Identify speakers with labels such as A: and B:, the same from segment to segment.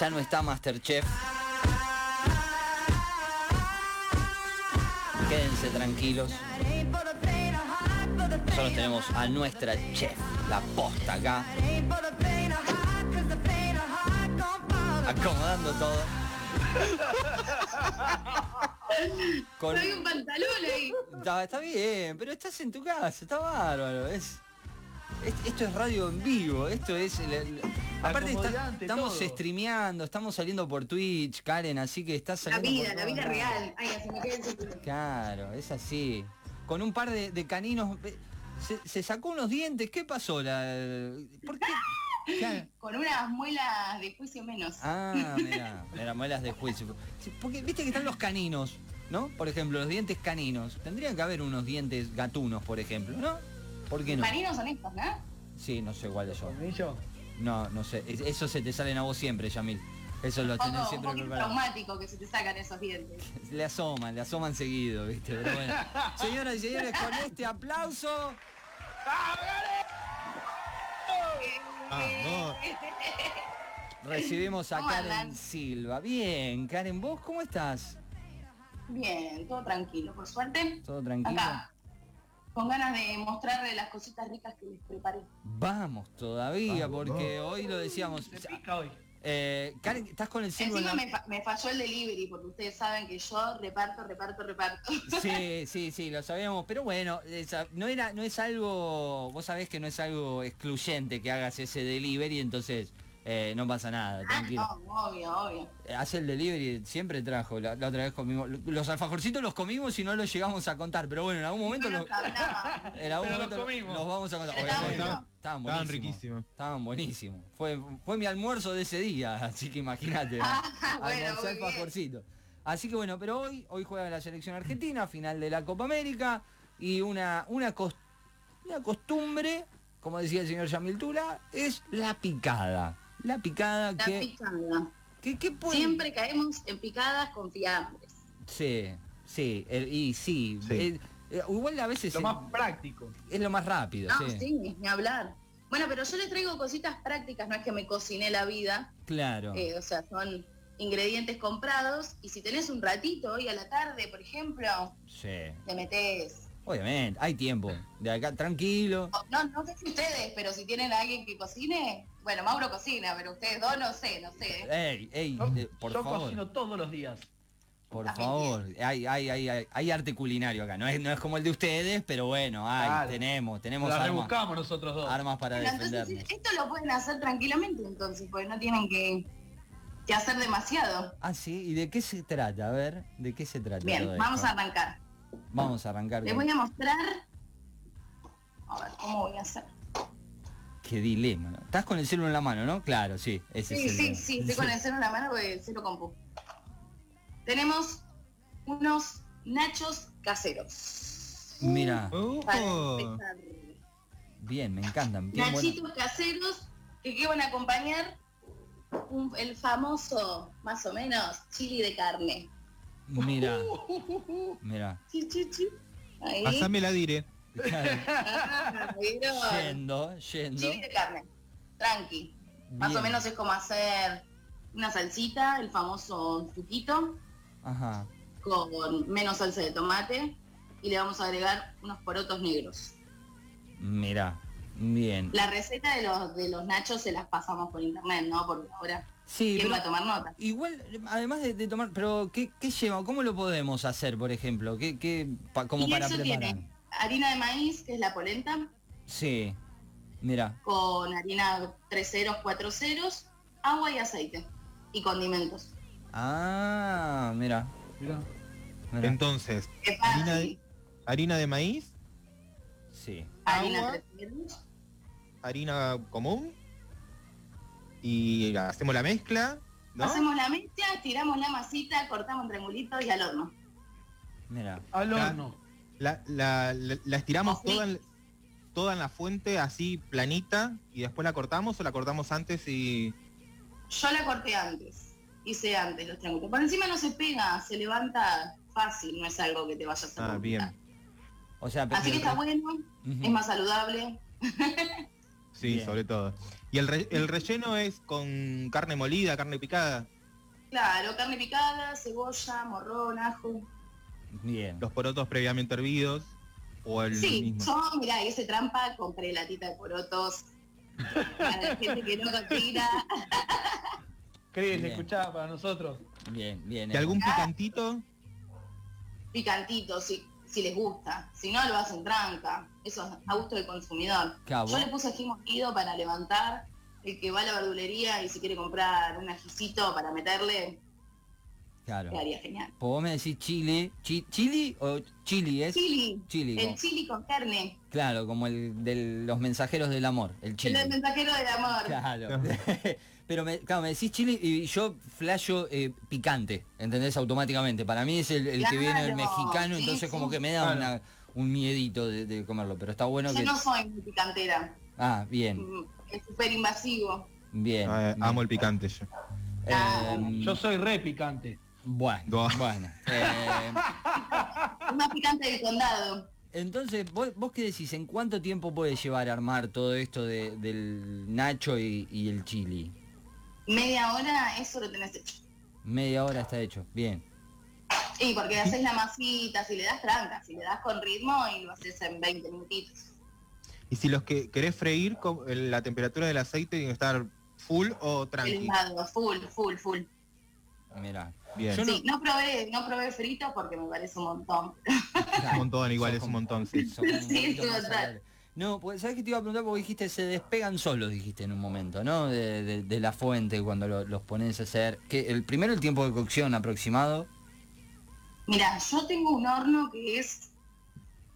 A: ya no está Masterchef. Quédense tranquilos. Nosotros tenemos a nuestra chef, la posta acá. Acomodando todo. Con-
B: Soy un pantalón ahí.
A: Está, está bien, pero estás en tu casa, está bárbaro. Es, es- esto es radio en vivo, esto es... el- el- aparte está-
C: Acomodante,
A: estamos
C: todo.
A: streameando, estamos saliendo por Twitch, Karen, así que estás
B: La
A: saliendo...
B: vida,
A: por
B: la
A: todos
B: vida
A: lados.
B: real. Ay, se me queda el cinturón.
A: Claro, es así. Con un par de, de caninos... ve, Se, se sacó unos dientes, ¿qué pasó? La, ¿Por qué? Claro.
B: Con unas muelas de juicio menos.
A: Ah, mira, mira, muelas de juicio. Sí, Porque viste que están los caninos, ¿no? Por ejemplo, los dientes caninos. Tendrían que haber unos dientes gatunos, por ejemplo, ¿no? ¿Por qué no?
B: Marinos son estos, ¿no?
A: Sí, no sé cuáles son.
C: ¿Colmillo?
A: No, no sé. Es- Eso se te salen a vos siempre, Yamil. Eso lo
B: Poco-
A: tenés
B: un
A: siempre
B: poquito
A: preparado.
B: traumático que se te sacan esos dientes.
A: Le asoman, le asoman seguido, viste. Pero bueno. Señoras y señores, con este aplauso. Ah,
B: Eh,
D: Vamos.
A: Recibimos a
B: ¿Cómo
A: Karen
B: andan?
A: Silva. Bien, Karen, ¿vos cómo estás?
B: Bien, todo tranquilo, por suerte.
A: ¿Todo tranquilo?
B: Acá. Con ganas de mostrarle las cositas ricas que les preparé.
A: Vamos todavía,
D: Vamos.
A: porque hoy lo decíamos.
C: Me pica hoy.
A: Eh, Karen, estás con el silbo en
B: Encima
A: la...
B: me, fa- me falló el delivery, porque ustedes saben que yo reparto, reparto, reparto.
A: Sí, sí, sí, lo sabíamos, pero bueno, esa- no era, no es algo, vos sabés que no es algo excluyente que hagas ese delivery, entonces eh, no pasa nada,
B: Ah,
A: tranquilo.
B: no, obvio, obvio.
A: Eh, Hace el delivery, siempre trajo, la, la otra vez comimos, los alfajorcitos los comimos y no los llegamos a contar, pero bueno, en algún momento
B: No
A: los,
B: nos hablaba.
A: en algún
C: Pero los
A: momento los
C: comimos.
A: vamos a contar.
B: Estaban
A: Obviamente,
D: buenos.
A: estaban
D: Estaban
A: buenísimos.
D: riquísimos.
A: Estaban buenísimos. Fue, fue mi almuerzo de ese día, así que imagínate.
B: Ah, bueno,
A: almorzar
B: muy bien.
A: fajorcito. Así que bueno, pero hoy, hoy juega la selección argentina, final de la Copa América, y una, una, cos- una costumbre, como decía el señor Yamil Tula, es la picada. La picada
B: La
A: que,
B: picada.
A: que, que puede-
B: Siempre caemos en picadas con fiambres.
A: Sí, sí, el- y sí.
D: Sí.
A: el- eh, igual a veces
C: Lo
A: es,
C: más práctico.
A: es lo más rápido,
B: No,
A: sí.
B: sí, ni hablar. Bueno, pero yo les traigo cositas prácticas, no es que me cociné la vida,
A: Claro.
B: eh, o sea, son ingredientes comprados y si tenés un ratito hoy a la tarde, por ejemplo,
A: Sí.
B: te metes...
A: Obviamente, hay tiempo. De acá, tranquilo.
B: No, no sé si ustedes, pero si tienen a alguien que cocine, bueno, Mauro cocina, pero ustedes dos no sé, no sé.
A: Ey, ey,
C: Yo,
A: de-
D: Eh,
A: por
C: yo
A: favor.
C: cocino todos los días.
A: Por
B: Ay,
A: favor, hay, hay, hay, hay, hay arte culinario acá, no es, no es como el de ustedes, pero bueno, hay,
C: Claro.
A: tenemos, tenemos
C: La
A: armas,
C: rebuscamos nosotros dos.
A: armas para
B: Pero entonces
A: defendernos.
B: esto lo pueden hacer tranquilamente entonces, porque no tienen que, que hacer demasiado.
A: Ah, sí, ¿y de qué se trata? A ver, ¿de qué se trata? todo
B: Bien,
A: esto?
B: vamos a arrancar.
A: Vamos a arrancar.
B: Les
A: con-
B: voy a mostrar. A ver, ¿cómo voy a hacer?
A: Qué dilema, ¿no? Estás con el celular en la mano, ¿no? Claro, sí, ese
B: Sí,
A: es el-
B: sí, sí, estoy con el cero en la mano porque el cero compu. Tenemos unos nachos caseros.
A: Mira,
D: Pues,
B: Para
D: Ojo.
B: empezar.
A: bien, me encantan. bien bueno.
B: Nachitos caseros que, que van a acompañar un- el famoso, más o menos, chili de carne.
A: Mira, mira,
B: Chi, chi, chi. Ahí.
D: Pasame la dire.
A: claro,
B: Ah, ¿vieron?
A: yendo, yendo.
B: Chili de carne. Tranqui. Más
A: bien.
B: o menos es como hacer una salsita, el famoso suquito,
A: Ajá,
B: con menos salsa de tomate y le vamos a agregar unos porotos negros.
A: mira, bien.
B: La receta de los de los nachos se las pasamos por internet, ¿no? Porque ahora
A: Sí,
B: quién va
A: pero-
B: a tomar nota.
A: Igual, además de, de tomar, pero ¿qué, qué lleva? ¿Cómo lo podemos hacer, por ejemplo? ¿Qué, qué, pa- como
B: y
A: para
B: eso
A: preparar?
B: tiene harina de maíz, que es la polenta,
A: Sí, mira,
B: con harina 3 ceros, 4 ceros, agua y aceite y condimentos.
A: ah, mira,
C: Mirá.
A: mira.
D: Entonces,
B: Es
D: harina
B: fácil.
D: de, harina de maíz,
A: sí,
B: Harina
D: agua.
B: 3 ceros.
D: harina común y hacemos la mezcla, ¿no?
B: Hacemos la mezcla, tiramos la masita, cortamos en triangulitos y al horno.
A: mira,
C: Al
D: Ya.
C: horno.
D: La, la- la- la estiramos
B: Así.
D: toda en, toda en la fuente, así planita, y después la cortamos o la cortamos antes y...
B: Yo la corté antes, hice antes los triángulos. Por encima no se pega, se levanta fácil, no es algo que te vayas a
D: Ah,
B: complicar.
D: bien.
A: o sea,
B: Así que está bueno,
A: Ujú.
B: es más saludable.
D: Sí,
C: Bien.
D: sobre todo. Y el, re- el relleno es con carne molida, carne picada.
B: Claro, carne picada, cebolla, morrón, ajo.
A: Bien.
D: los porotos previamente hervidos o el
B: Sí,
D: mismo.
B: yo, mirá, hice trampa, compré latita de porotos. Para la gente que no cocina.
C: Cris,
A: Bien.
C: escuchá para nosotros.
A: Bien, bien.
D: ¿Y algún picantito?
B: picantito si, si les gusta. Si no, lo hacen tranca. Eso es a gusto del consumidor.
A: Cabo.
B: Yo le puse ají molido para levantar el que va a la verdulería y si quiere comprar un ajicito para meterle,
A: Claro.
B: quedaría genial.
A: Pues vos me decís chile. Chi- ¿Chili o chili es?
B: Chili.
A: Chili.
B: El
A: como-
B: chili con carne.
A: claro, como el de los mensajeros del amor. El
B: El
A: chili.
B: del mensajero del amor.
A: Claro. Pero me, claro, me decís chili y yo flasho eh, picante, ¿entendés? Automáticamente. Para mí es el, el que viene el
B: Claro,
A: mexicano,
B: sí,
A: entonces como
B: sí.
A: que me da
C: Claro.
A: una- un miedito de, de comerlo. Pero está bueno
B: Yo
A: que...
B: no soy muy picantera.
A: Ah, bien,
B: Mm, Es súper invasivo.
A: bien.
D: Ah, eh,
A: bien.
D: amo el picante yo.
A: Eh,
D: Mm.
C: Yo soy re picante.
A: Bueno,
D: No.
A: bueno. Eh,
B: Es más picante del condado.
A: entonces, ¿vos, vos qué decís? ¿En cuánto tiempo puede llevar a armar todo esto de- del nacho y, y el chili?
B: Media hora, eso lo tenés hecho.
A: Media hora está hecho. Bien.
B: Y porque haces la masita, si le das tranca, si le das con ritmo y lo haces en 20 minutitos.
D: Y si los que querés freír, co- el- la temperatura del aceite tiene que estar full o
B: El
D: tranqui.
B: helado, full, full, full.
A: Mirá.
D: Bien.
A: Yo no-
B: Sí, no probé, no probé frito porque me parece un montón.
D: Es un montón, igual
A: Sos
D: es un
A: como-
D: montón, sí.
A: sos como un
B: Sí,
A: poquito más
B: total.
A: saludable. No, pues sabes que te iba a preguntar porque dijiste se despegan solos, dijiste en un momento, ¿no? De, de- de la fuente cuando lo- los pones a hacer. Que el primero el tiempo de cocción aproximado.
B: Mira, yo tengo un horno que es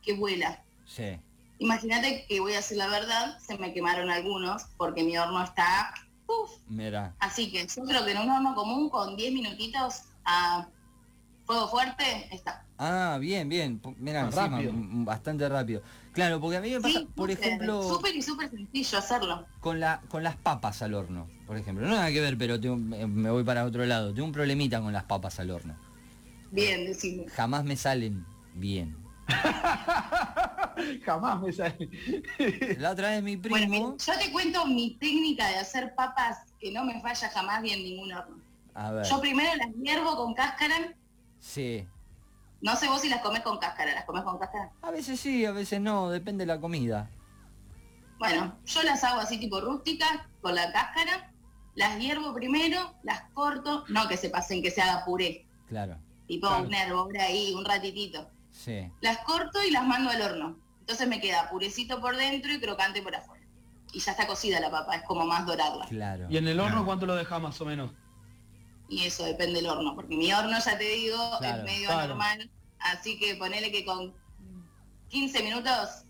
B: que vuela.
A: Sí.
B: Imagínate que voy a decir la verdad, se me quemaron algunos porque mi horno está uf.
A: Mira.
B: Así que yo creo que en un horno común con 10 minutitos a fuego fuerte está.
A: Ah, bien, bien. Mira,
C: Ah,
A: encima,
C: rápido.
A: m- bastante rápido. Claro, porque a mí me pasa,
B: Sí,
A: por
B: súper,
A: ejemplo,
B: súper y súper sencillo hacerlo.
A: con la con las papas al horno, por ejemplo. No nada que ver, pero tengo- me me voy para otro lado. Tengo un problemita con las papas al horno.
B: Bien, decime.
A: Jamás me salen bien.
C: Jamás me sale.
A: La otra vez mi primo.
B: Bueno, mira, yo te cuento mi técnica de hacer papas que no me falla jamás bien ningún horno.
A: A ver.
B: Yo primero las hiervo con cáscara.
A: Sí.
B: No sé vos si las comes con cáscara, las comes con cáscara.
A: A veces sí, a veces no, depende de la comida.
B: Bueno, yo las hago así tipo rústicas, con la cáscara. Las hiervo primero, las corto, no que se pasen, que se haga puré.
A: Claro,
B: Tipo
C: Claro.
B: una hervora ahí, un ratitito.
A: sí.
B: Las corto y las mando al horno. Entonces me queda purecito por dentro y crocante por afuera. Y ya está cocida la papa, es como más dorarla.
A: Claro.
C: ¿Y en el horno
D: Claro.
C: cuánto lo dejás más o menos?
B: Y eso depende del horno, porque mi horno, ya te digo,
A: Claro,
B: es medio
C: claro.
B: normal. Así que ponele que con 15 minutos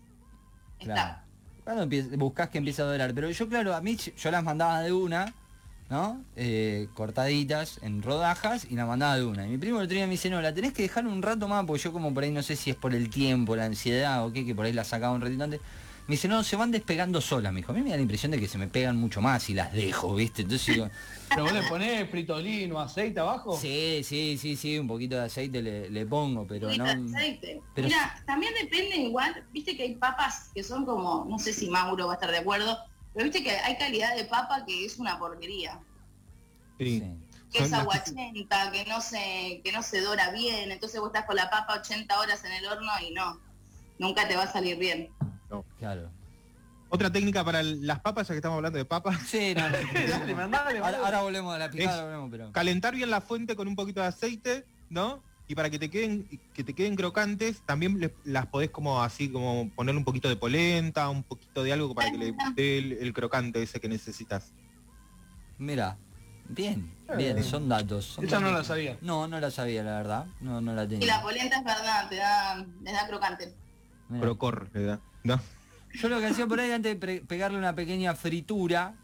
B: está.
A: Claro. Cuando empie- buscas que empieza a dorar. Pero yo, claro, a mí yo las mandaba de una, ¿no? Eh, cortaditas en rodajas y la mandaba de una. Y mi primo el otro día me dice, no, la tenés que dejar un rato más, porque yo como por ahí no sé si es por el tiempo, la ansiedad o qué, que por ahí la sacaba un ratito antes. Me dice, no, se van despegando solas, me dijo. A mí me da la impresión de que se me pegan mucho más y las dejo, ¿viste? Entonces digo,
C: ¿Pero vos le ponés fritolino, aceite abajo?
A: sí, sí, sí, sí, un poquito de aceite le, le pongo, pero
B: Poquito
A: no... mm,
B: de aceite.
A: pero-
B: Mira, también depende igual, viste que hay papas que son como, no sé si Mauro va a estar de acuerdo, pero viste que hay calidad de papa que es una porquería,
D: Sí.
A: Sí.
B: que
D: Son
B: es
D: las
B: aguachenta, que no se, que no se dora bien, entonces vos estás con la papa 80 horas en el horno y no, nunca te va a salir bien.
A: Claro.
D: Otra técnica para el- las papas, ya que estamos hablando de papas,
A: Sí, no, no, no.
C: Dale,
A: ahora,
C: mandale, mandale.
A: ahora volvemos a la picada,
D: Es-
A: ahora volvemos, pero.
D: calentar bien la fuente con un poquito de aceite, ¿no? Y para que te queden que te queden crocantes, también les- las podés como así como poner un poquito de polenta, un poquito de algo para que le dé el- el crocante ese que necesitas.
A: Mira, bien, bien, son datos. son
C: Esa no
A: datos.
C: la sabía.
A: No, no la sabía, la verdad. No, no la
B: Y la
A: tenía.
B: polenta es verdad, te da, te da crocante.
A: Mirá.
D: Procor, le da, ¿no?
A: Yo lo que hacía por ahí antes de pre- pegarle una pequeña fritura,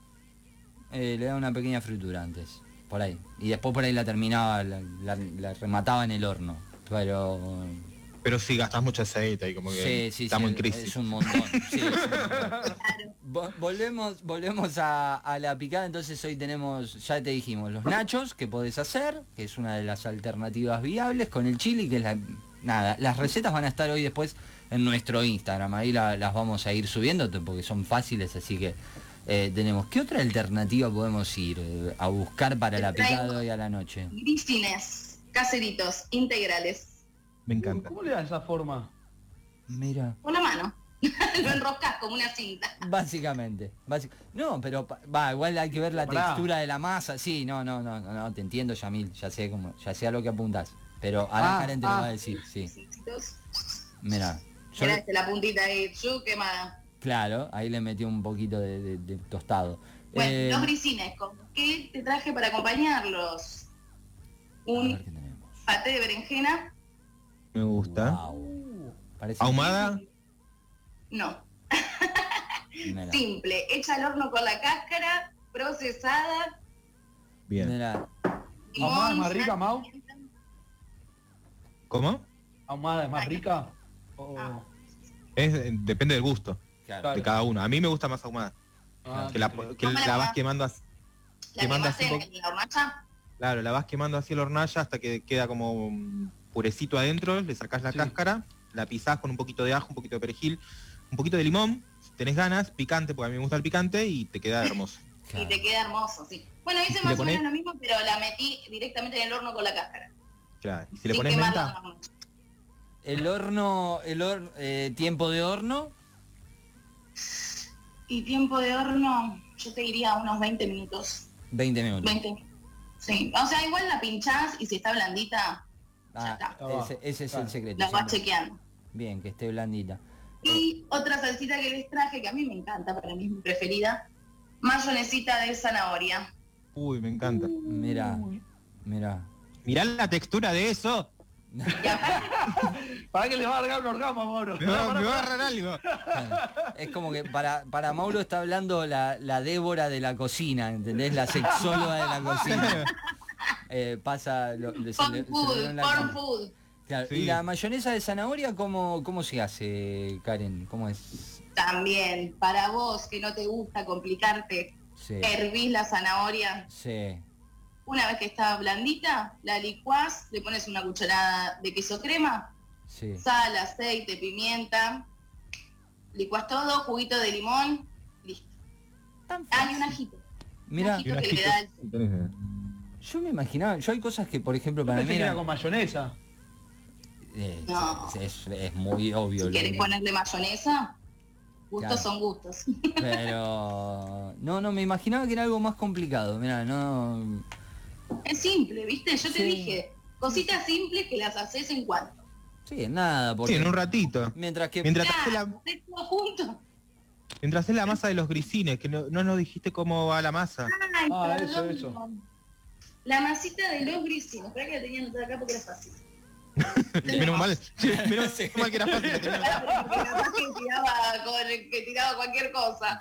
A: eh, le daba una pequeña fritura antes, por ahí. Y después por ahí la terminaba, la, la- la remataba en el horno. Pero
D: Pero sí, gastas mucho aceite y como que
A: sí, sí,
D: estamos
A: sí,
D: en crisis.
A: es un montón. sí, es un montón. Vo- Volvemos, volvemos a, a la picada, entonces hoy tenemos, ya te dijimos, los nachos que podés hacer, que es una de las alternativas viables, con el chili, que es la... Nada, las recetas van a estar hoy después en nuestro Instagram, ahí la- las vamos a ir subiendo t- porque son fáciles, así que eh, tenemos. ¿Qué otra alternativa podemos ir eh, a buscar para la
B: Te traigo-
A: picada y a la noche?
B: Grisines, caseritos, integrales.
D: Me encanta.
C: ¿Cómo le da esa forma?
A: Mira.
B: Con la mano. Lo enroscas como una cinta.
A: Básicamente, básic- No, pero pa- va, igual hay que ver la
C: Pará.
A: textura de la masa. Sí, no, no, no, no, no, te entiendo, Yamil, ya sé cómo, ya sé a lo que apuntas. Pero a la
C: Ah,
A: Karen te lo
C: ah.
A: va a decir, sí.
B: Cintitos.
A: Mira. Yo,
B: Mirá, la puntita ahí, chu, quemada.
A: claro, ahí le metí un poquito de, de- de tostado.
B: Bueno,
A: Eh,
B: los grisines, ¿con qué te traje para acompañarlos?
A: a ver
B: Un
A: qué tenemos.
B: paté de berenjena.
D: Me gusta.
C: Uh,
A: Guau. Parece
D: Ahumada.
B: No,
A: Mira,
B: simple. Hecha al horno con la cáscara, procesada.
D: Bien.
A: mira,
B: limón,
C: Ahumada es más rica,
B: sal,
C: Mau.
B: pimienta.
D: ¿Cómo?
C: ¿Ahumada es más rica? O-
B: Ah.
D: Es, eh, depende del gusto
A: claro.
D: de cada uno. A mí me gusta más ahumada.
C: Ah,
D: Que la,
C: sí.
D: que la vas quemando así.
B: La
D: Te
B: que
D: manda
B: más en
D: así un
B: la hornalla.
D: Claro, la vas quemando así el hornalla hasta que queda como un purecito adentro, le sacás la
C: Sí.
D: cáscara, la pisás con un poquito de ajo, un poquito de perejil, un poquito de limón, si tenés ganas, picante, porque a mí me gusta el picante y te queda hermoso.
B: Y
A: claro.
B: te queda hermoso, sí. Bueno, hice
D: ¿Y
B: más
D: le
B: o
D: ponés?
B: menos lo mismo, pero la metí directamente en el horno con la cáscara.
D: Claro. Y si le
B: sin
D: pones
B: quemarla
D: menta,
B: en la hornalla.
A: El horno, el hor- eh, tiempo de horno,
B: Y tiempo de horno, yo te diría unos 20 minutos.
A: 20 minutos.
B: 20. Sí. O sea, igual la pinchás y si está blandita,
A: Ah,
B: Ya
C: está.
A: ese, ese es el
C: Claro.
A: secreto.
B: la vas
A: siempre.
B: chequeando.
A: Bien, que esté blandita.
B: Y otra salsita que les traje, que a mí me encanta, para mí es mi preferida, mayonesita de zanahoria.
D: uy, me encanta.
A: Mira, mira.
D: Mirá la textura de eso.
B: Y aparte,
C: ¿Para qué le va a largar un orgasmo, Mauro?
D: Me va, me va a agarrar algo.
A: Es como que para, para Mauro está hablando la, la Débora de la cocina, ¿entendés? La sexóloga de la cocina. Eh, pasa... lo- le- se le-
B: Porn
A: se le dio
B: food,
A: en la
B: porn
A: cara.
B: food.
A: Claro,
D: Sí.
A: ¿Y la mayonesa de zanahoria cómo, cómo se hace, Karen? ¿Cómo es?
B: También, para vos que no te gusta complicarte,
A: Sí,
B: hervís la zanahoria
A: sí,
B: Una vez que está blandita, la licuás, le pones una cucharada de queso crema,
A: sí.
B: sal, aceite, pimienta, licuás todo, juguito de limón, listo. Ah, y un ajito.
A: Mira,
B: Y un ajito que le da el-
A: yo me imaginaba, yo hay cosas que, por ejemplo, para mí...
C: Pensé que era
A: eran-
C: con mayonesa.
A: eh,
B: No.
A: es, es muy obvio.
B: Si
A: lo
B: querés
A: que-
B: ponerle mayonesa, gustos
A: Claro.
B: son gustos.
A: Pero no, no, me imaginaba que era algo más complicado. Mira, no.
B: Es simple, ¿viste? Yo te
A: Sí.
B: dije, cositas simples que las haces en cuanto.
A: Sí, en nada, porque
D: Sí, en un ratito.
A: mientras que
D: Mientras
B: Ya,
D: haces la,
B: haces todo junto.
D: mientras haces la masa de los grisines, que no, no nos dijiste cómo va la masa.
B: Ay,
C: Ah, eso,
B: perdón.
C: eso.
B: La masita de los grisinos, espera que la tenía anotada acá porque era fácil.
D: Menos mal, menos mal que era fácil. la tenía.
B: Capaz que tiraba, con- que tiraba cualquier
A: Ah,
B: cosa.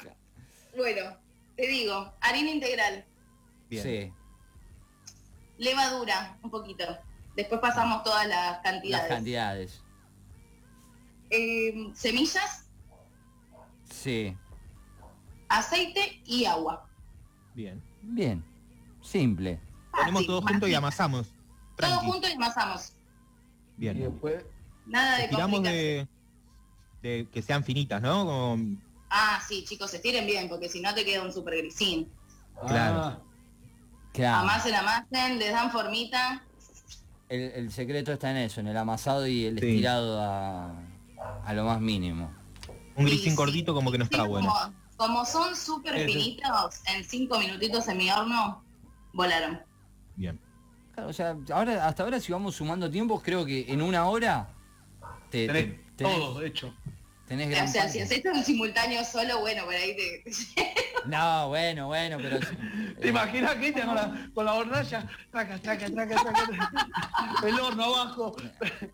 B: Bueno, te digo, harina integral,
D: Bien.
A: sí,
B: levadura, un poquito. Después pasamos todas las
A: las
B: cantidades.
A: cantidades.
B: Eh, semillas,
A: Sí.
B: aceite y agua.
D: Bien.
A: Bien. Simple.
D: Ponemos
B: Fácil,
D: todo junto y
B: fácil.
D: amasamos.
B: Todo
D: Tranqui.
B: junto y amasamos.
C: Y
D: Bien.
C: después,
B: Nada de
D: Tiramos
B: complicación.
D: de, de que sean finitas, ¿no? Como-
B: Ah, sí, chicos, estiren bien, porque si no te queda un super grisín.
D: Claro.
C: Ah,
D: Ah.
A: Claro.
B: Amasen, amasen, les dan formita.
A: El, el secreto está en eso, en el amasado y el
D: Sí.
A: estirado a, a lo más mínimo.
D: un
B: Sí,
D: grisín
B: sí.
D: gordito como que no está
B: Sí,
D: bueno.
B: Como, como son súper
C: Eso.
B: finitos, en cinco minutitos en mi horno, volaron.
D: Bien.
A: Claro, o sea, ahora, hasta ahora si vamos sumando tiempos, creo que en una hora te, Eh, te-
C: tenés
A: tenés-
C: todo, de hecho.
A: tenés
B: O
A: gran
B: sea,
A: parte.
B: si haces esto en simultáneo solo, bueno, por ahí te...
A: No, bueno, bueno, pero.
C: ¿Te imaginas que con la, con la hornalla? Traca, traca, traca, traca, traca. El horno abajo.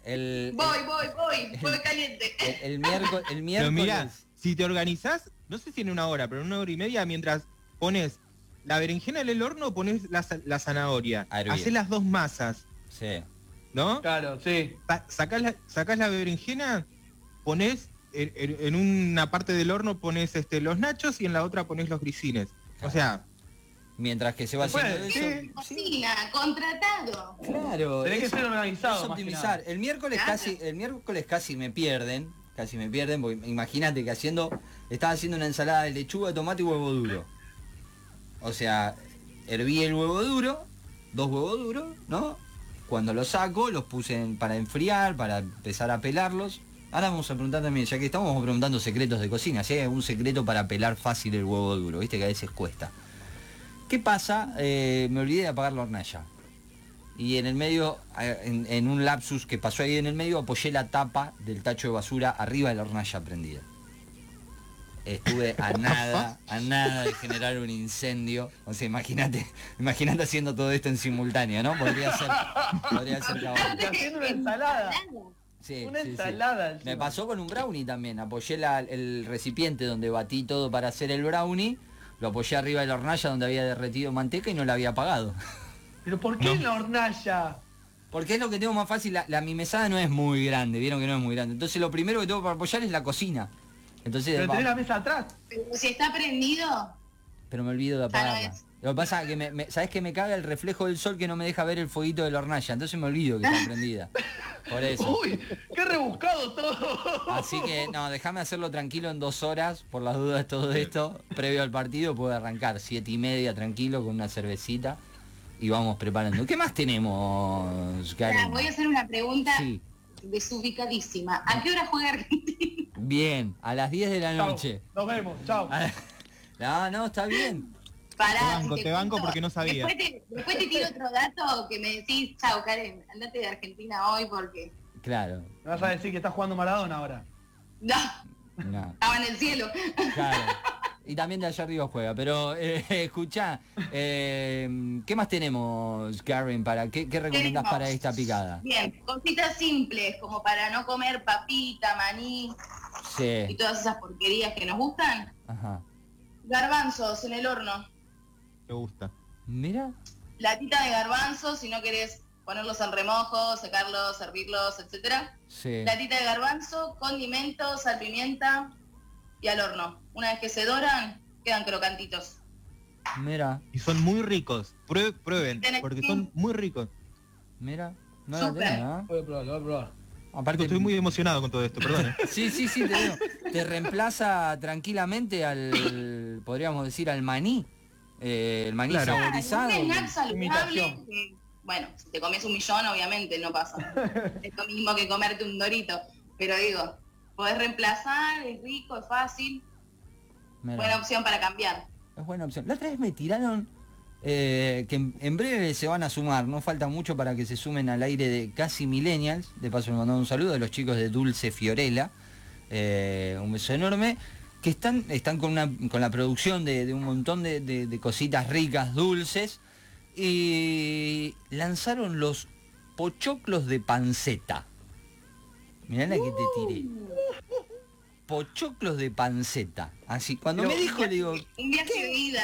A: El,
B: Voy, voy, voy, voy caliente.
A: El, el miércoles, el
D: Pero
A: miércoles.
D: mira, si te organizás, no sé si en una hora, pero en una hora y media, mientras pones la berenjena en el horno, pones la, za- la zanahoria.
A: A hervir.
D: Haces las dos masas,
A: Sí.
D: ¿no?
C: Claro, sí.
D: Sa- Sacás la, sacás la berenjena, pones en, en- en una parte del horno pones este, los nachos y en la otra pones los grisines. O sea,
A: Mientras que se va
C: Se puede,
A: haciendo
C: sí.
A: eso. sí,
B: Cocina, contratado.
A: Claro.
C: Tenés que
A: es-
C: ser organizado,
A: es
C: más que
A: optimizar.
C: nada.
A: El miércoles
B: Claro.
A: casi, el miércoles casi me pierden. Casi me pierden, porque imagínate que haciendo estaba haciendo una ensalada de lechuga, tomate y huevo duro. O sea, herví el huevo duro, dos huevos duros, ¿no? Cuando los saco, los puse en- para enfriar, para empezar a pelarlos. Ahora vamos a preguntar también, ya que estamos preguntando secretos de cocina, si hay algún secreto para pelar fácil el huevo duro, viste que a veces cuesta. ¿Qué pasa? Eh, me olvidé de apagar la hornalla. Y en el medio, eh, en, en un lapsus que pasó ahí en el medio, apoyé la tapa del tacho de basura arriba de la hornalla prendida. Estuve a nada, a nada de generar un incendio. O sea, imagínate, imagínate haciendo todo esto en simultáneo, ¿no? Podría ser, podría ser caótico.
C: Está haciendo una ensalada.
A: Sí,
C: Una
A: sí, sí.
C: ensalada encima.
A: Me pasó con un brownie también. Apoyé la- el recipiente donde batí todo para hacer el brownie. Lo apoyé arriba de la hornalla donde había derretido manteca y no la había apagado.
C: Pero ¿por qué en la hornalla?
A: Porque es lo que tengo más fácil. La, la- mi mesada no es muy grande, vieron que no es muy grande. Entonces lo primero que tengo para apoyar es la cocina. Entonces,
C: Pero
A: va-
C: tenés la mesa atrás.
B: Pero si está prendido,
A: pero me olvido de
B: Ya no
A: apagarla.
B: es.
A: Lo que pasa es que me, me- sabes que me caga el reflejo del sol que no me deja ver el fueguito de la hornalla. Entonces me olvido que está prendida. Por eso.
C: Uy, qué rebuscado todo.
A: Así que no, déjame hacerlo tranquilo en dos horas, por las dudas todo esto, previo al partido puedo arrancar siete y media tranquilo con una cervecita y vamos preparando. ¿Qué más tenemos,
B: Ahora,
A: Karen?
B: voy a hacer una pregunta
A: Sí,
B: desubicadísima. ¿A qué hora juega Argentina?
A: bien, a las 10 de la
C: Chau,
A: noche.
C: Nos vemos, chao.
A: A la- Ah, No, no, está bien.
B: Pará,
D: Te banco,
B: si
D: te banco
B: cuento,
D: porque no sabía.
B: Después te, después te tiro otro dato que me decís, chao Karen, andate de Argentina hoy porque
A: Claro,
C: Me vas a decir que está jugando Maradona ahora.
B: no,
A: no,
B: estaba en el cielo.
A: claro. Y también de allá arriba juega, pero eh, escuchá, eh, ¿qué más tenemos, Karen? Para, ¿qué, ¿Qué recomendás
B: Tenemos-
A: para esta picada?
B: Bien, cositas simples como para no comer papita, maní y
A: Sí,
B: todas esas porquerías que nos gustan.
A: ajá.
B: Garbanzos en el horno.
D: Me gusta.
A: Mira,
B: Latita de garbanzos si no querés ponerlos en remojo, secarlos, servirlos, etcétera.
A: sí.
B: Latita de garbanzo, condimentos, sal, pimienta y al horno. Una vez que se doran, quedan crocantitos.
A: Mira,
D: Y son muy ricos. Prue- prueben,
B: Tenés
D: porque
B: que-
D: son muy ricos.
A: mira. No la
B: Súper.
A: tenía, ¿eh?
C: Voy a probarlo, voy a probar.
A: Aparte,
D: Estoy muy emocionado con todo esto, perdón. eh.
A: Sí, sí, sí, te digo. Te reemplaza tranquilamente al, podríamos decir, al maní. Eh, el maní
D: Claro.
A: saborizado.
B: Un snack saludable.
C: imitación.
B: que, Bueno, si te comes un millón, obviamente no pasa. es lo mismo que comerte un dorito. Pero digo, podés reemplazar, es rico, es fácil.
A: Mira,
B: Buena opción para cambiar.
A: es buena opción. La otra vez me tiraron eh, que en, en breve se van a sumar. No falta mucho para que se sumen al aire de casi millennials. De paso le mandamos un saludo a los chicos de Dulce Fiorella. Eh, un beso enorme, que están, están con, una, con la producción de, de un montón de, de- de cositas ricas, dulces, y lanzaron los pochoclos de panceta. Mirá la que te tiré. Pochoclos de panceta. Así, cuando me dijo, le digo,
B: Un viaje de vida.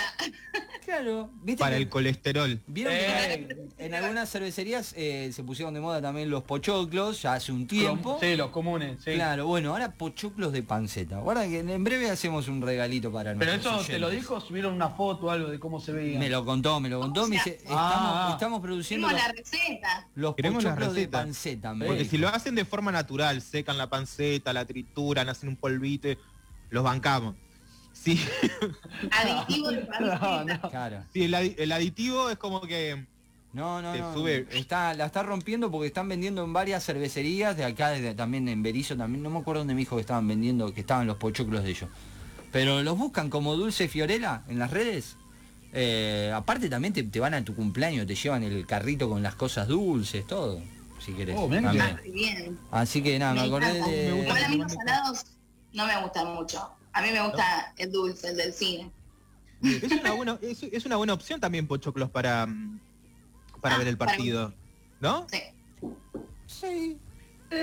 A: claro, ¿viste?
D: Para
A: que-
D: el colesterol.
A: Vieron
C: Eh.
A: que en algunas cervecerías eh, se pusieron de moda también los pochoclos, ya hace un tiempo.
C: Sí, los comunes, sí.
A: Claro, bueno, ahora pochoclos de panceta. Guarda que en breve hacemos un regalito para
C: Pero
A: nuestros
C: eso te lo
A: oyentes.
C: dijo, subieron una foto o algo de cómo se veía.
A: Me lo contó, me lo contó. Me dice, estamos,
C: Ah.
A: estamos produciendo
B: Hicimos
A: los,
B: la receta.
A: los
D: Queremos la
A: pochoclos de
D: receta.
A: panceta. me
D: Porque
A: dijo.
D: si lo hacen de forma natural, secan la panceta, la trituran, hacen un polvito, los bancamos. Si,
B: Adictivo de panceta.
C: No, no.
A: Claro.
D: si el, adi- el aditivo es como que
A: No, no,
D: Te
A: no.
D: sube.
A: Está, la está rompiendo porque están vendiendo en varias cervecerías, de acá de- también en Berizo, también, no me acuerdo dónde me dijo que estaban vendiendo, que estaban los pochoclos de ellos. Pero los buscan como Dulce Fiorella en las redes. Eh, aparte también te, te van a tu cumpleaños, te llevan el carrito con las cosas dulces, todo, si querés.
C: Oh, mirá que-
A: también.
B: Ah, bien.
A: Así que nada, me
B: Me
A: acordé
B: encanta.
A: de...
D: Me gusta
B: Igual a mí
D: Igual
B: los
D: me-
B: salados no me gustan mucho. A mí me gusta el dulce, el del cine.
D: es una buena, es, es una buena opción también Pochoclos para, mm, para
B: Ah,
D: ver el
B: para-
D: partido. ¿No?
B: Sí,
A: Sí,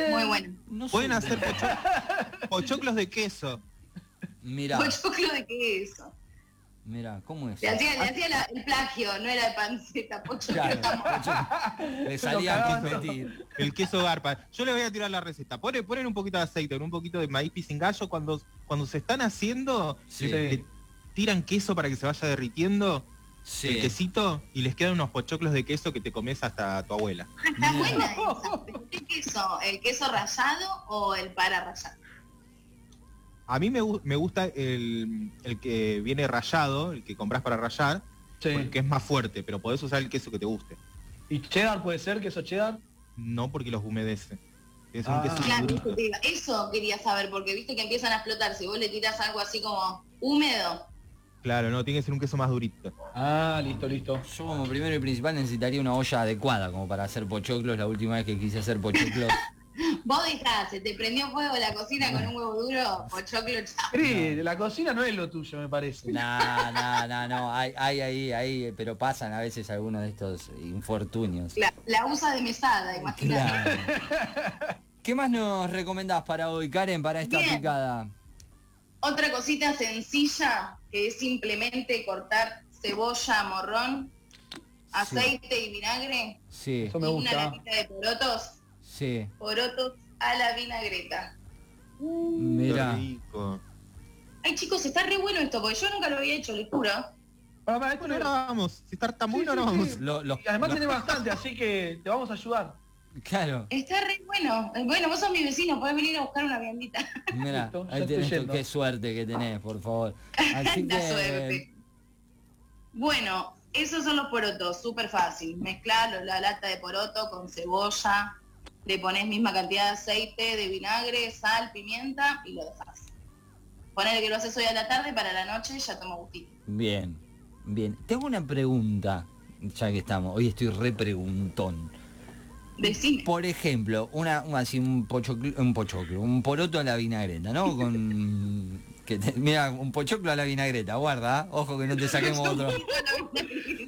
B: muy bueno.
A: no sé.
D: Pueden hacer pocho- pochoclos de queso.
A: Mirá,
B: Pochoclo de queso.
A: mirá, ¿cómo es?
B: Le hacía, le hacía la- el plagio, no era de panceta, pochoclo.
A: Claro, le salía a
C: cagaban todo.
A: competir.
D: El queso garpa. Yo les voy a tirar la receta. Ponen, ponen un poquito de aceite, un poquito de maíz pisingallo. Cuando, cuando se están haciendo,
A: Sí.
D: le tiran queso para que se vaya derritiendo el
A: Sí.
D: quesito y les quedan unos pochoclos de queso que te comes hasta tu abuela.
B: Ah, Está buena esa. ¿Qué queso? ¿El queso rallado o el para rallado?
D: A mí me, gu- me gusta el, el que viene rallado, el que compras para rallar,
C: Sí.
D: porque es más fuerte, pero podés usar el queso que te guste.
C: ¿Y cheddar puede ser? ¿Queso cheddar?
D: No porque los humedece. Es un
C: Ah.
D: queso
B: Claro,
D: duro.
B: eso te iba- eso quería saber, porque viste que empiezan a explotar. Si vos le tirás algo así como húmedo,
D: Claro, no, tiene que ser un queso más durito.
C: Ah, listo, listo.
A: Yo como primero y principal necesitaría una olla adecuada como para hacer pochoclos. La última vez que quise hacer pochoclos.
B: vos dejás, se te prendió fuego la cocina con un huevo duro, pochoclo, chao.
C: Cris, la cocina no es lo tuyo, me parece.
A: No, no, no, no. Hay, hay ahí, ahí, pero pasan a veces algunos de estos infortunios.
B: La, la usa de mesada, imagínate.
A: Claro. ¿Qué más nos recomendás para hoy, Karen, para esta
B: Bien.
A: picada?
B: Otra cosita sencilla que es simplemente cortar cebolla, morrón, aceite y vinagre
A: Sí,
C: Eso me
B: y una
C: gusta.
B: latita de porotos,
A: sí.
B: porotos a la vinagreta.
D: Qué
A: Mira.
D: rico.
B: Ay chicos, está re bueno esto, porque yo nunca lo había hecho, les juro.
C: Pará, pará, esto
D: Bueno,
C: no
D: ahora
C: era-
D: vamos. Si está tan bueno,
C: Sí, sí,
D: ahora vamos.
C: sí.
A: Lo- los-
C: Y además
A: los-
C: tiene bastante, así que te vamos a ayudar.
A: claro,
B: Está re bueno. Eh, Bueno, vos sos mi vecino, podés venir a buscar una viandita.
A: mira,
C: Listo, ya
A: ahí
C: estoy
A: tenés tu-
C: yendo.
A: qué suerte que tenés, por favor. Así
B: La
A: que,
B: suerte. Bueno, esos son los porotos, súper fácil. Mezclás la lata de poroto con cebolla, le pones misma cantidad de aceite, de vinagre, sal, pimienta y lo dejas. Ponele que lo haces hoy a la tarde, para la noche ya toma gustito.
A: Bien, bien. Tengo una pregunta, ya que estamos. Hoy estoy re preguntón.
B: Decime.
A: Por ejemplo, una, un- así un pochoclo, un pochoclo, un poroto a la vinagreta, ¿no? Con que te- mira, un pochoclo a la vinagreta, guarda, ¿ah? ojo que no te saquemos otro.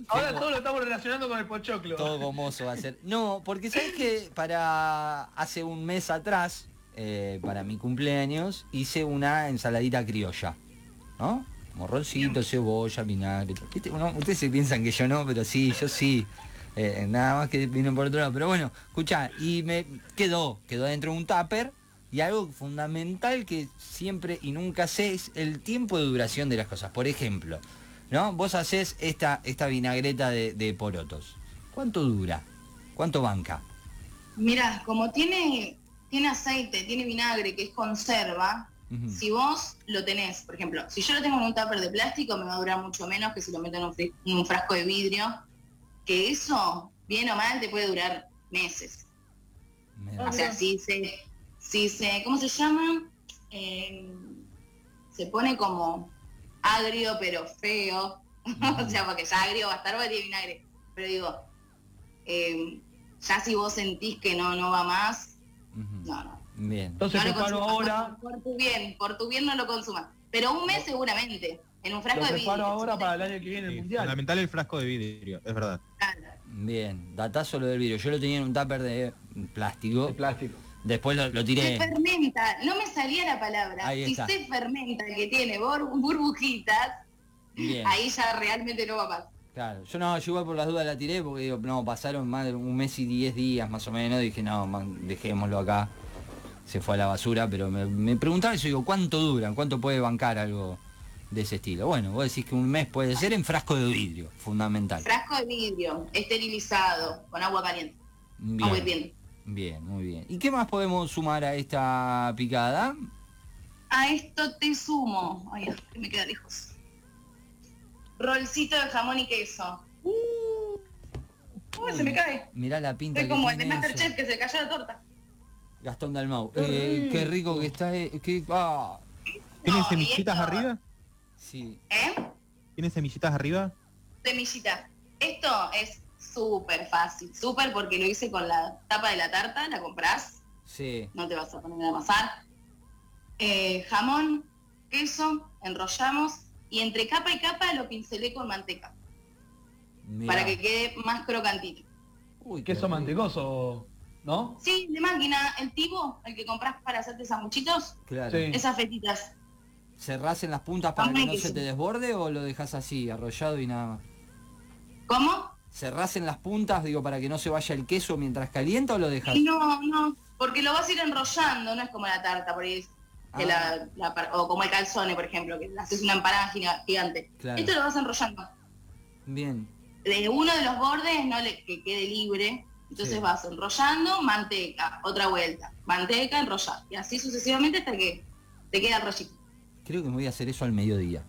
C: Ahora todo lo estamos relacionando con el pochoclo.
A: Todo gomoso va a ser. No, porque sabes que para hace un mes atrás, eh, para mi cumpleaños, hice una ensaladita criolla. ¿No? Morroncito, cebolla, vinagre. ¿Viste? Uno- ustedes se piensan que yo no, pero sí, yo sí. Eh, nada más que vino por otro lado. Pero bueno, escucha, y me quedó, quedó dentro de un tupper. Y algo fundamental que siempre y nunca sé es el tiempo de duración de las cosas. Por ejemplo, ¿no? Vos haces esta, esta vinagreta de, de porotos. ¿Cuánto dura? ¿Cuánto banca?
B: Mirá, como tiene, tiene aceite, tiene vinagre, que es conserva,
A: Ujú.
B: si vos lo tenés, por ejemplo, si yo lo tengo en un tupper de plástico, me va a durar mucho menos que si lo meto en un, fri- en un frasco de vidrio, que eso, bien o mal, te puede durar meses.
A: Ah, Mira.
B: O sea, si se, si se, ¿cómo se llama? Eh, se pone como agrio pero feo. o sea, porque ya agrio va a estar porque tiene vinagre. Pero digo, eh, ya si vos sentís que no, no va más,
A: Ujú.
B: no, no.
A: Bien.
C: Entonces
B: no lo
C: preparo
B: consumas,
C: ahora,
B: Por tu bien, por tu bien no lo consumas. Pero un mes seguramente. En un frasco
C: lo
B: de vidrio.
C: preparo ahora para el año que viene el
D: Sí,
C: mundial.
D: fundamental el frasco de vidrio, es verdad.
B: Claro.
A: Bien. Datazo lo del vidrio. Yo lo tenía en un tupper de plástico.
C: De plástico.
A: Después lo, lo
B: Se
A: tiré.
B: fermenta, no me salía la palabra.
A: Ahí
B: si
A: está.
B: se fermenta que tiene bor- burbujitas,
A: Bien.
B: ahí ya realmente no va más.
A: Claro. Yo no, yo igual por las dudas la tiré porque digo, no, pasaron más de un mes y diez días más o menos. Dije, no, man, dejémoslo acá. Se fue a la basura, pero me, me preguntaba eso, digo, ¿cuánto duran? ¿Cuánto puede bancar algo de ese estilo? Bueno, vos decís que un mes puede ser en frasco de vidrio, fundamental.
B: Frasco de vidrio, esterilizado, con agua caliente. Agua
A: Bien.
B: hirviendo.
A: Bien, muy bien. ¿Y qué más podemos sumar a esta picada?
B: A esto te sumo. Ay, que me queda lejos. Rolcito de jamón y queso. Uy, se me cae.
A: Mirá la pinta
B: Soy
A: que
B: como el de
A: tiene eso.
B: Masterchef que se cayó la torta.
A: Gastón Dalmau.
C: Qué
A: Eh, qué rico
C: rico.
A: que está. eh, qué- ah,
B: No,
D: ¿Tiene
B: y
D: semillitas
B: esto-
D: arriba?
A: sí.
B: ¿Eh?
D: ¿Tiene semillitas arriba?
B: Semillita. Esto es súper fácil, súper porque lo hice con la tapa de la tarta, la comprás,
A: Sí.
B: no te vas a poner a amasar. Eh, jamón, queso, enrollamos y entre capa y capa lo pincelé con manteca
A: mirá.
B: para que quede más crocantito.
A: Uy, qué
C: Queso
A: rico.
C: mantecoso, ¿no?
B: Sí, de máquina, el tipo, el que compras para hacerte sanguchitos,
A: Claro.
C: Sí.
B: esas fetitas.
A: ¿Cerrás en las puntas para que no se
B: Amadísimo.
A: te desborde o lo dejas así, arrollado y nada más?
B: ¿Cómo?
A: ¿Cerrás en las puntas, digo, para que no se vaya el queso mientras calienta o lo dejas?
B: No, no, porque lo vas a ir enrollando, no es como la tarta, por ahí, que
A: Ah.
B: la- la par- o como el calzone, por ejemplo, que haces una empanada giga- gigante.
A: Claro.
B: Esto lo vas enrollando.
A: Bien.
B: de uno de los bordes no le que quede libre. Entonces
A: Sí.
B: vas enrollando, manteca, otra vuelta, manteca, enrollar. Y así sucesivamente hasta que te queda el rollito.
A: creo que me voy a hacer eso al mediodía.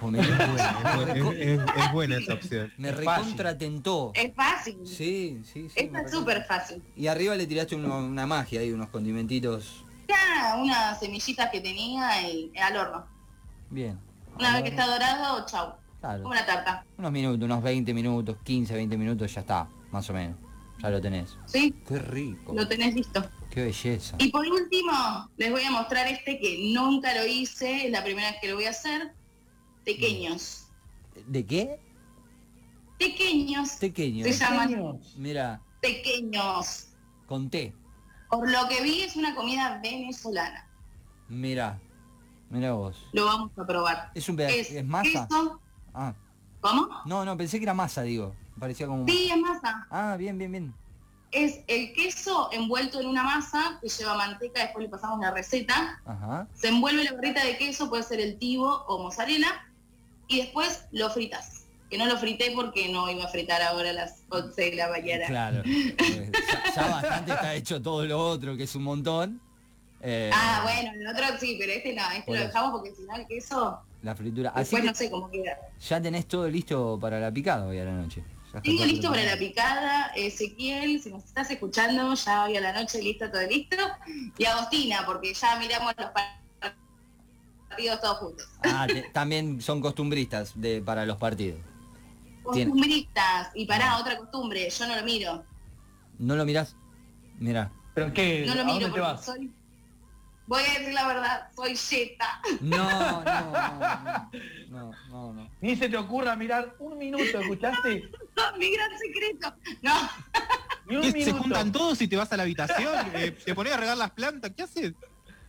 A: O me,
D: Es,
A: me,
D: es- es buena esa opción.
A: me
C: Es fácil.
A: recontratentó.
B: Es fácil.
A: Sí, sí, sí.
B: Esta
A: me
B: es súper fácil.
A: Y arriba le tiraste uno- una magia ahí, unos condimentitos.
B: Una, unas semillitas que tenía y eh, al horno.
A: Bien.
B: Una vez que está dorado, chau.
A: Claro.
B: Como una tarta.
A: Unos minutos, unos 20 minutos, 15, 20 minutos, ya está, más o menos. Ya lo tenés.
B: ¿Sí?
A: Qué rico.
B: Lo tenés listo.
A: Qué belleza.
B: Y por último, les voy a mostrar este que nunca lo hice, es la primera vez que lo voy a hacer. Tequeños.
A: ¿De qué?
B: Tequeños.
A: Pequeño.
B: Se llaman
C: Genios.
A: Mira,
B: tequeños.
A: con té.
B: Por lo que vi es una comida venezolana.
A: Mira. Mira vos.
B: Lo vamos a probar.
A: Es un pedazo.
B: Es,
A: ¿Es, masa?
B: queso.
A: Ah.
B: ¿Cómo?
A: No, no, pensé que era masa, digo. Parecía como.
B: Sí, es masa.
A: Ah, bien, bien, bien.
B: Es el queso envuelto en una masa que lleva manteca, después le pasamos la receta.
A: Ajá.
B: Se envuelve la barrita de queso, puede ser el tibo o mozzarella, y después lo fritas. Que no lo frité porque no iba a fritar ahora a las 11 de la mañana.
A: Claro. Eh, ya, ya bastante está hecho todo lo otro, que es un montón. Eh,
B: Ah, bueno, el otro sí, pero este no, este
A: Por
B: lo
A: eso.
B: dejamos porque si no el queso,
A: La fritura. Así
B: después
A: que
B: no sé cómo queda.
A: ya tenés todo listo para la picada hoy a la noche. Ya está
B: Tengo
A: todo
B: listo para la
A: preparado.
B: picada, Ezequiel, si nos estás escuchando, ya hoy a la noche listo, todo listo. Y Agostina, porque ya miramos los partidos todos juntos.
A: Ah, te- también son costumbristas de, para los partidos. Tiene.
B: Costumbristas, y pará, otra costumbre, yo no lo miro.
A: ¿No lo mirás? Mirá.
C: ¿Pero qué?
B: No lo
C: ¿A dónde
B: miro
C: te
B: porque
C: vas?
B: soy... Voy a decir la verdad, soy yeta.
A: No, no, no. No, no, no.
C: Ni se te ocurra mirar un minuto, ¿escuchaste?
B: Mi gran secreto. No,
C: Ni
D: ¿Qué?
C: un
D: ¿Se juntan
C: minuto.
D: todos y te vas a la habitación? Eh, ¿Te pones a regar las plantas? ¿Qué haces?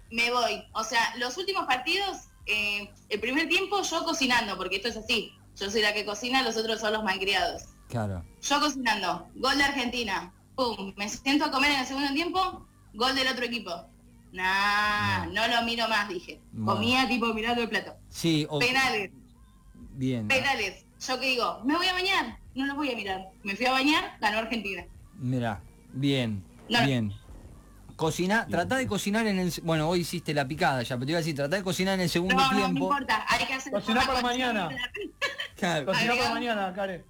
B: me voy. O sea, los últimos partidos, eh, el primer tiempo yo cocinando, porque esto es así. Yo soy la que cocina, los otros son los malcriados.
A: Claro.
B: Yo cocinando, gol de Argentina, pum, me siento a comer en el segundo tiempo, gol del otro equipo. Nah, no lo miro más, dije.
A: No.
B: Comía tipo mirando el plato.
A: Sí, o...
B: Penales,
A: Bien.
B: penales. Yo que digo, me voy a bañar, no los voy a mirar. Me fui a bañar, ganó Argentina.
A: Mirá. Bien.
B: No.
A: Bien. Cocina, tratá de cocinar en el... Bueno, hoy hiciste la picada ya, pero te iba a decir, tratá de cocinar en el segundo
B: No, no, no
A: tiempo.
B: importa, hay que hacer
C: Cociná para
B: forma con-
C: mañana.
A: Claro.
C: Cociná para
B: Agregamos.
C: mañana, Karen.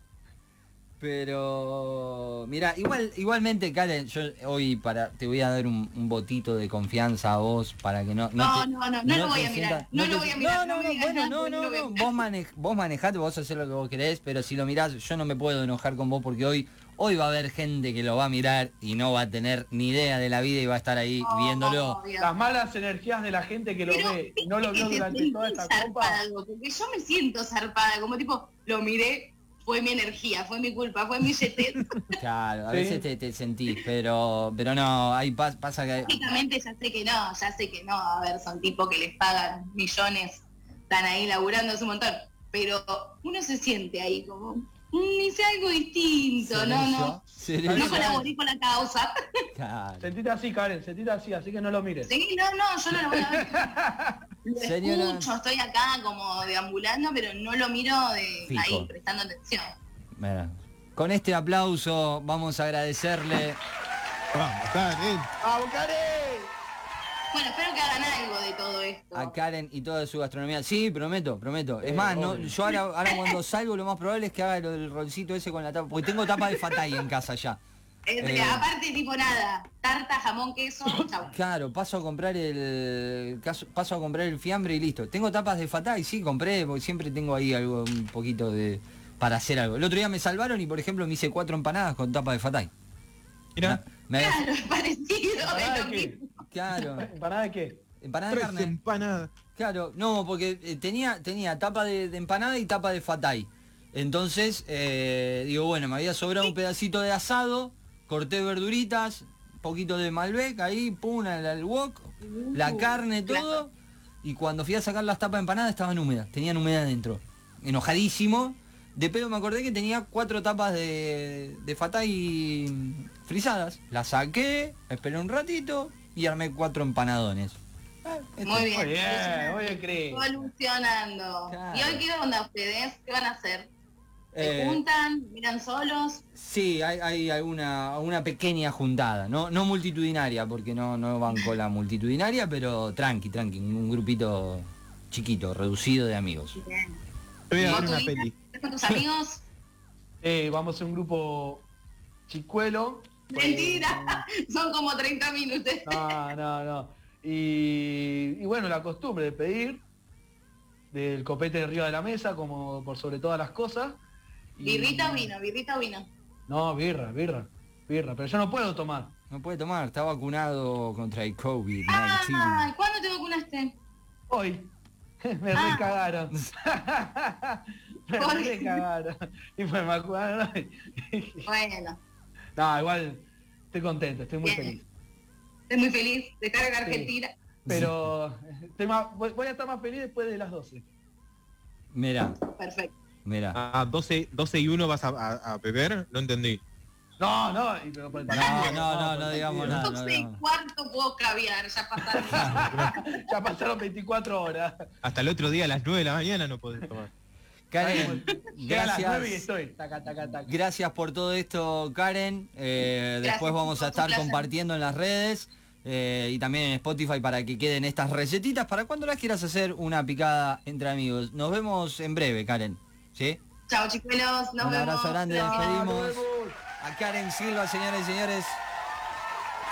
A: Pero mira, igual, igualmente, Karen, yo hoy para te voy a dar un, un botito de confianza a vos para que no.
B: No,
A: te-
B: no, no, no lo
A: te
B: voy a mirar,
A: sientas-
B: no lo
A: te-
B: voy a mirar,
A: No,
B: no
A: no,
B: me
A: no,
B: digas
A: bueno,
B: nada,
A: no,
B: porque no
A: no,
B: lo voy a
A: no.
B: mirar.
A: Vos manej- vos manejate, vos haces lo que vos querés, pero si lo mirás, yo no me puedo enojar con vos porque hoy, hoy va a haber gente que lo va a mirar y no va a tener ni idea de la vida y va a estar ahí
B: Oh.
A: viéndolo.
B: Obvio.
C: Las malas energías de la gente que lo
B: Pero,
C: ve y no lo vio
B: ¿viste que
C: durante
B: sentí
C: toda esta copa.
B: zarpado? Porque yo me siento zarpada, como tipo, lo miré, fue mi energía, fue mi culpa, fue mi yetez.
A: Claro, a
C: Sí.
A: veces te, te sentís, pero pero no, ahí pas- pasa que
B: Prácticamente ya sé que no, ya sé que no. A ver, son tipos que les pagan millones, están ahí laburando es un montón. Pero uno se siente ahí como, "Mm, hice algo distinto, no, no.
A: Silencio.
B: No colaboré con la causa.
A: Claro.
C: Sentite así, Karen, sentite así, así que no lo mires.
B: Sí, no, no, yo no lo voy a ver. Lo
A: Señora.
B: escucho, estoy acá como deambulando, pero no lo miro de
A: Fijo.
B: ahí, prestando atención.
A: Bueno, con este aplauso vamos a agradecerle.
D: Vamos, Karen.
C: ¡Vamos, Karen!
B: Bueno, espero que hagan algo de todo esto.
A: a Karen y toda su gastronomía. Sí, prometo, prometo. Es
C: Eh,
A: más, no,
C: obvio.
A: yo ahora, ahora cuando salgo lo más probable es que haga el rolcito ese con la tapa, porque tengo tapa de fatay en casa ya.
B: Eh,
A: Eh.
B: Aparte, tipo nada, tarta, jamón, queso, chau.
A: Claro, paso a comprar el caso- paso a comprar el fiambre y listo. Tengo tapas de fatay, sí, compré, porque siempre tengo ahí algo un poquito de para hacer algo. El otro día me salvaron y por ejemplo me hice cuatro empanadas con tapa de fatay.
D: Mirá,
A: Me-
B: Claro, es parecido. es
C: ¿Empanada
B: lo
C: de
B: mismo.
C: qué?
A: claro,
C: ¿Empanada de qué?
A: empanada de
D: tres
A: carne.
D: empanadas.
A: Claro, no, porque eh, tenía, tenía tapa de, de empanada y tapa de fatay. Entonces, eh, digo, bueno, me había sobrado un pedacito de asado, corté verduritas, un poquito de Malbec ahí, pum, al, al wok, la
B: Uh,
A: carne,
B: claro.
A: todo. Y cuando fui a sacar las tapas de empanada estaban húmedas, tenían humedad dentro. Enojadísimo. De pedo me acordé que tenía cuatro tapas de, de fatay frisadas. Las saqué, esperé un ratito y armé cuatro empanadones. Ah, esto.
B: Muy bien.
C: Muy bien, muy bien, Cris.
B: Evolucionando.
A: Claro.
B: ¿Y hoy qué onda ustedes? ¿Qué van a hacer? ¿Se
A: Eh,
B: juntan? ¿Miran solos?
A: Sí, hay, hay alguna alguna pequeña juntada, no no multitudinaria, porque no, no banco la multitudinaria, pero tranqui, tranqui, un grupito chiquito, reducido de amigos.
B: Bien.
D: Yo voy a
B: ¿Vos
D: ver
B: tu
D: una
B: hija?
D: peli.
B: ¿Estás con tus amigos?
C: Eh, vamos a hacer un grupo chicuelo. Eh,
B: Mentira. Son como 30 minutos.
C: No, no, no. Y, y bueno, la costumbre de pedir del copete de arriba de la mesa, como por sobre todas las cosas. Y-
B: Birrita o vino, birrita o vino.
C: No, birra, birra, birra. Pero yo no puedo tomar.
A: No puede tomar, está vacunado contra el COVID-19.
B: Ah, ¿cuándo te vacunaste?
C: Hoy. Me
B: Ah.
C: recagaron. me
B: Hoy.
C: recagaron. Y me vacunaron hoy.
B: Bueno,
C: No, igual estoy contento, estoy muy
B: Bien.
C: feliz.
B: estoy muy feliz de estar en Argentina.
C: Pero estoy más- voy voy a estar más feliz después de las 12.
A: Mirá,
B: Perfecto.
A: mirá.
D: Ah, 12, 12 y 1 vas a, a- a beber, no entendí.
C: No, no, y- pero por el
A: No,
C: partido,
A: no, no,
C: por el
A: no digamos
C: partido.
A: nada. no,
B: Son seis
A: no.
B: cuarto puedo caviar, ya pasaron.
C: Ya pasaron 24 horas.
D: Hasta el otro día a las 9 de la mañana no podés tomar.
A: Karen,
C: Llega a las 9 y
A: gracias.
C: estoy. Taca, taca, taca.
A: Gracias por todo esto, Karen. Eh,
B: Gracias,
A: después vamos a
B: chicos, un
A: estar
B: placer.
A: compartiendo en las redes eh, y también en Spotify para que queden estas recetitas para cuando las quieras hacer una picada entre amigos. Nos vemos en breve, Karen. ¿Sí?
B: Chao, chicuelos. Nos
A: Un
B: vemos.
A: abrazo grande,
B: Los
A: despedimos.
C: Nos vemos.
A: A Karen Silva, señores y señores.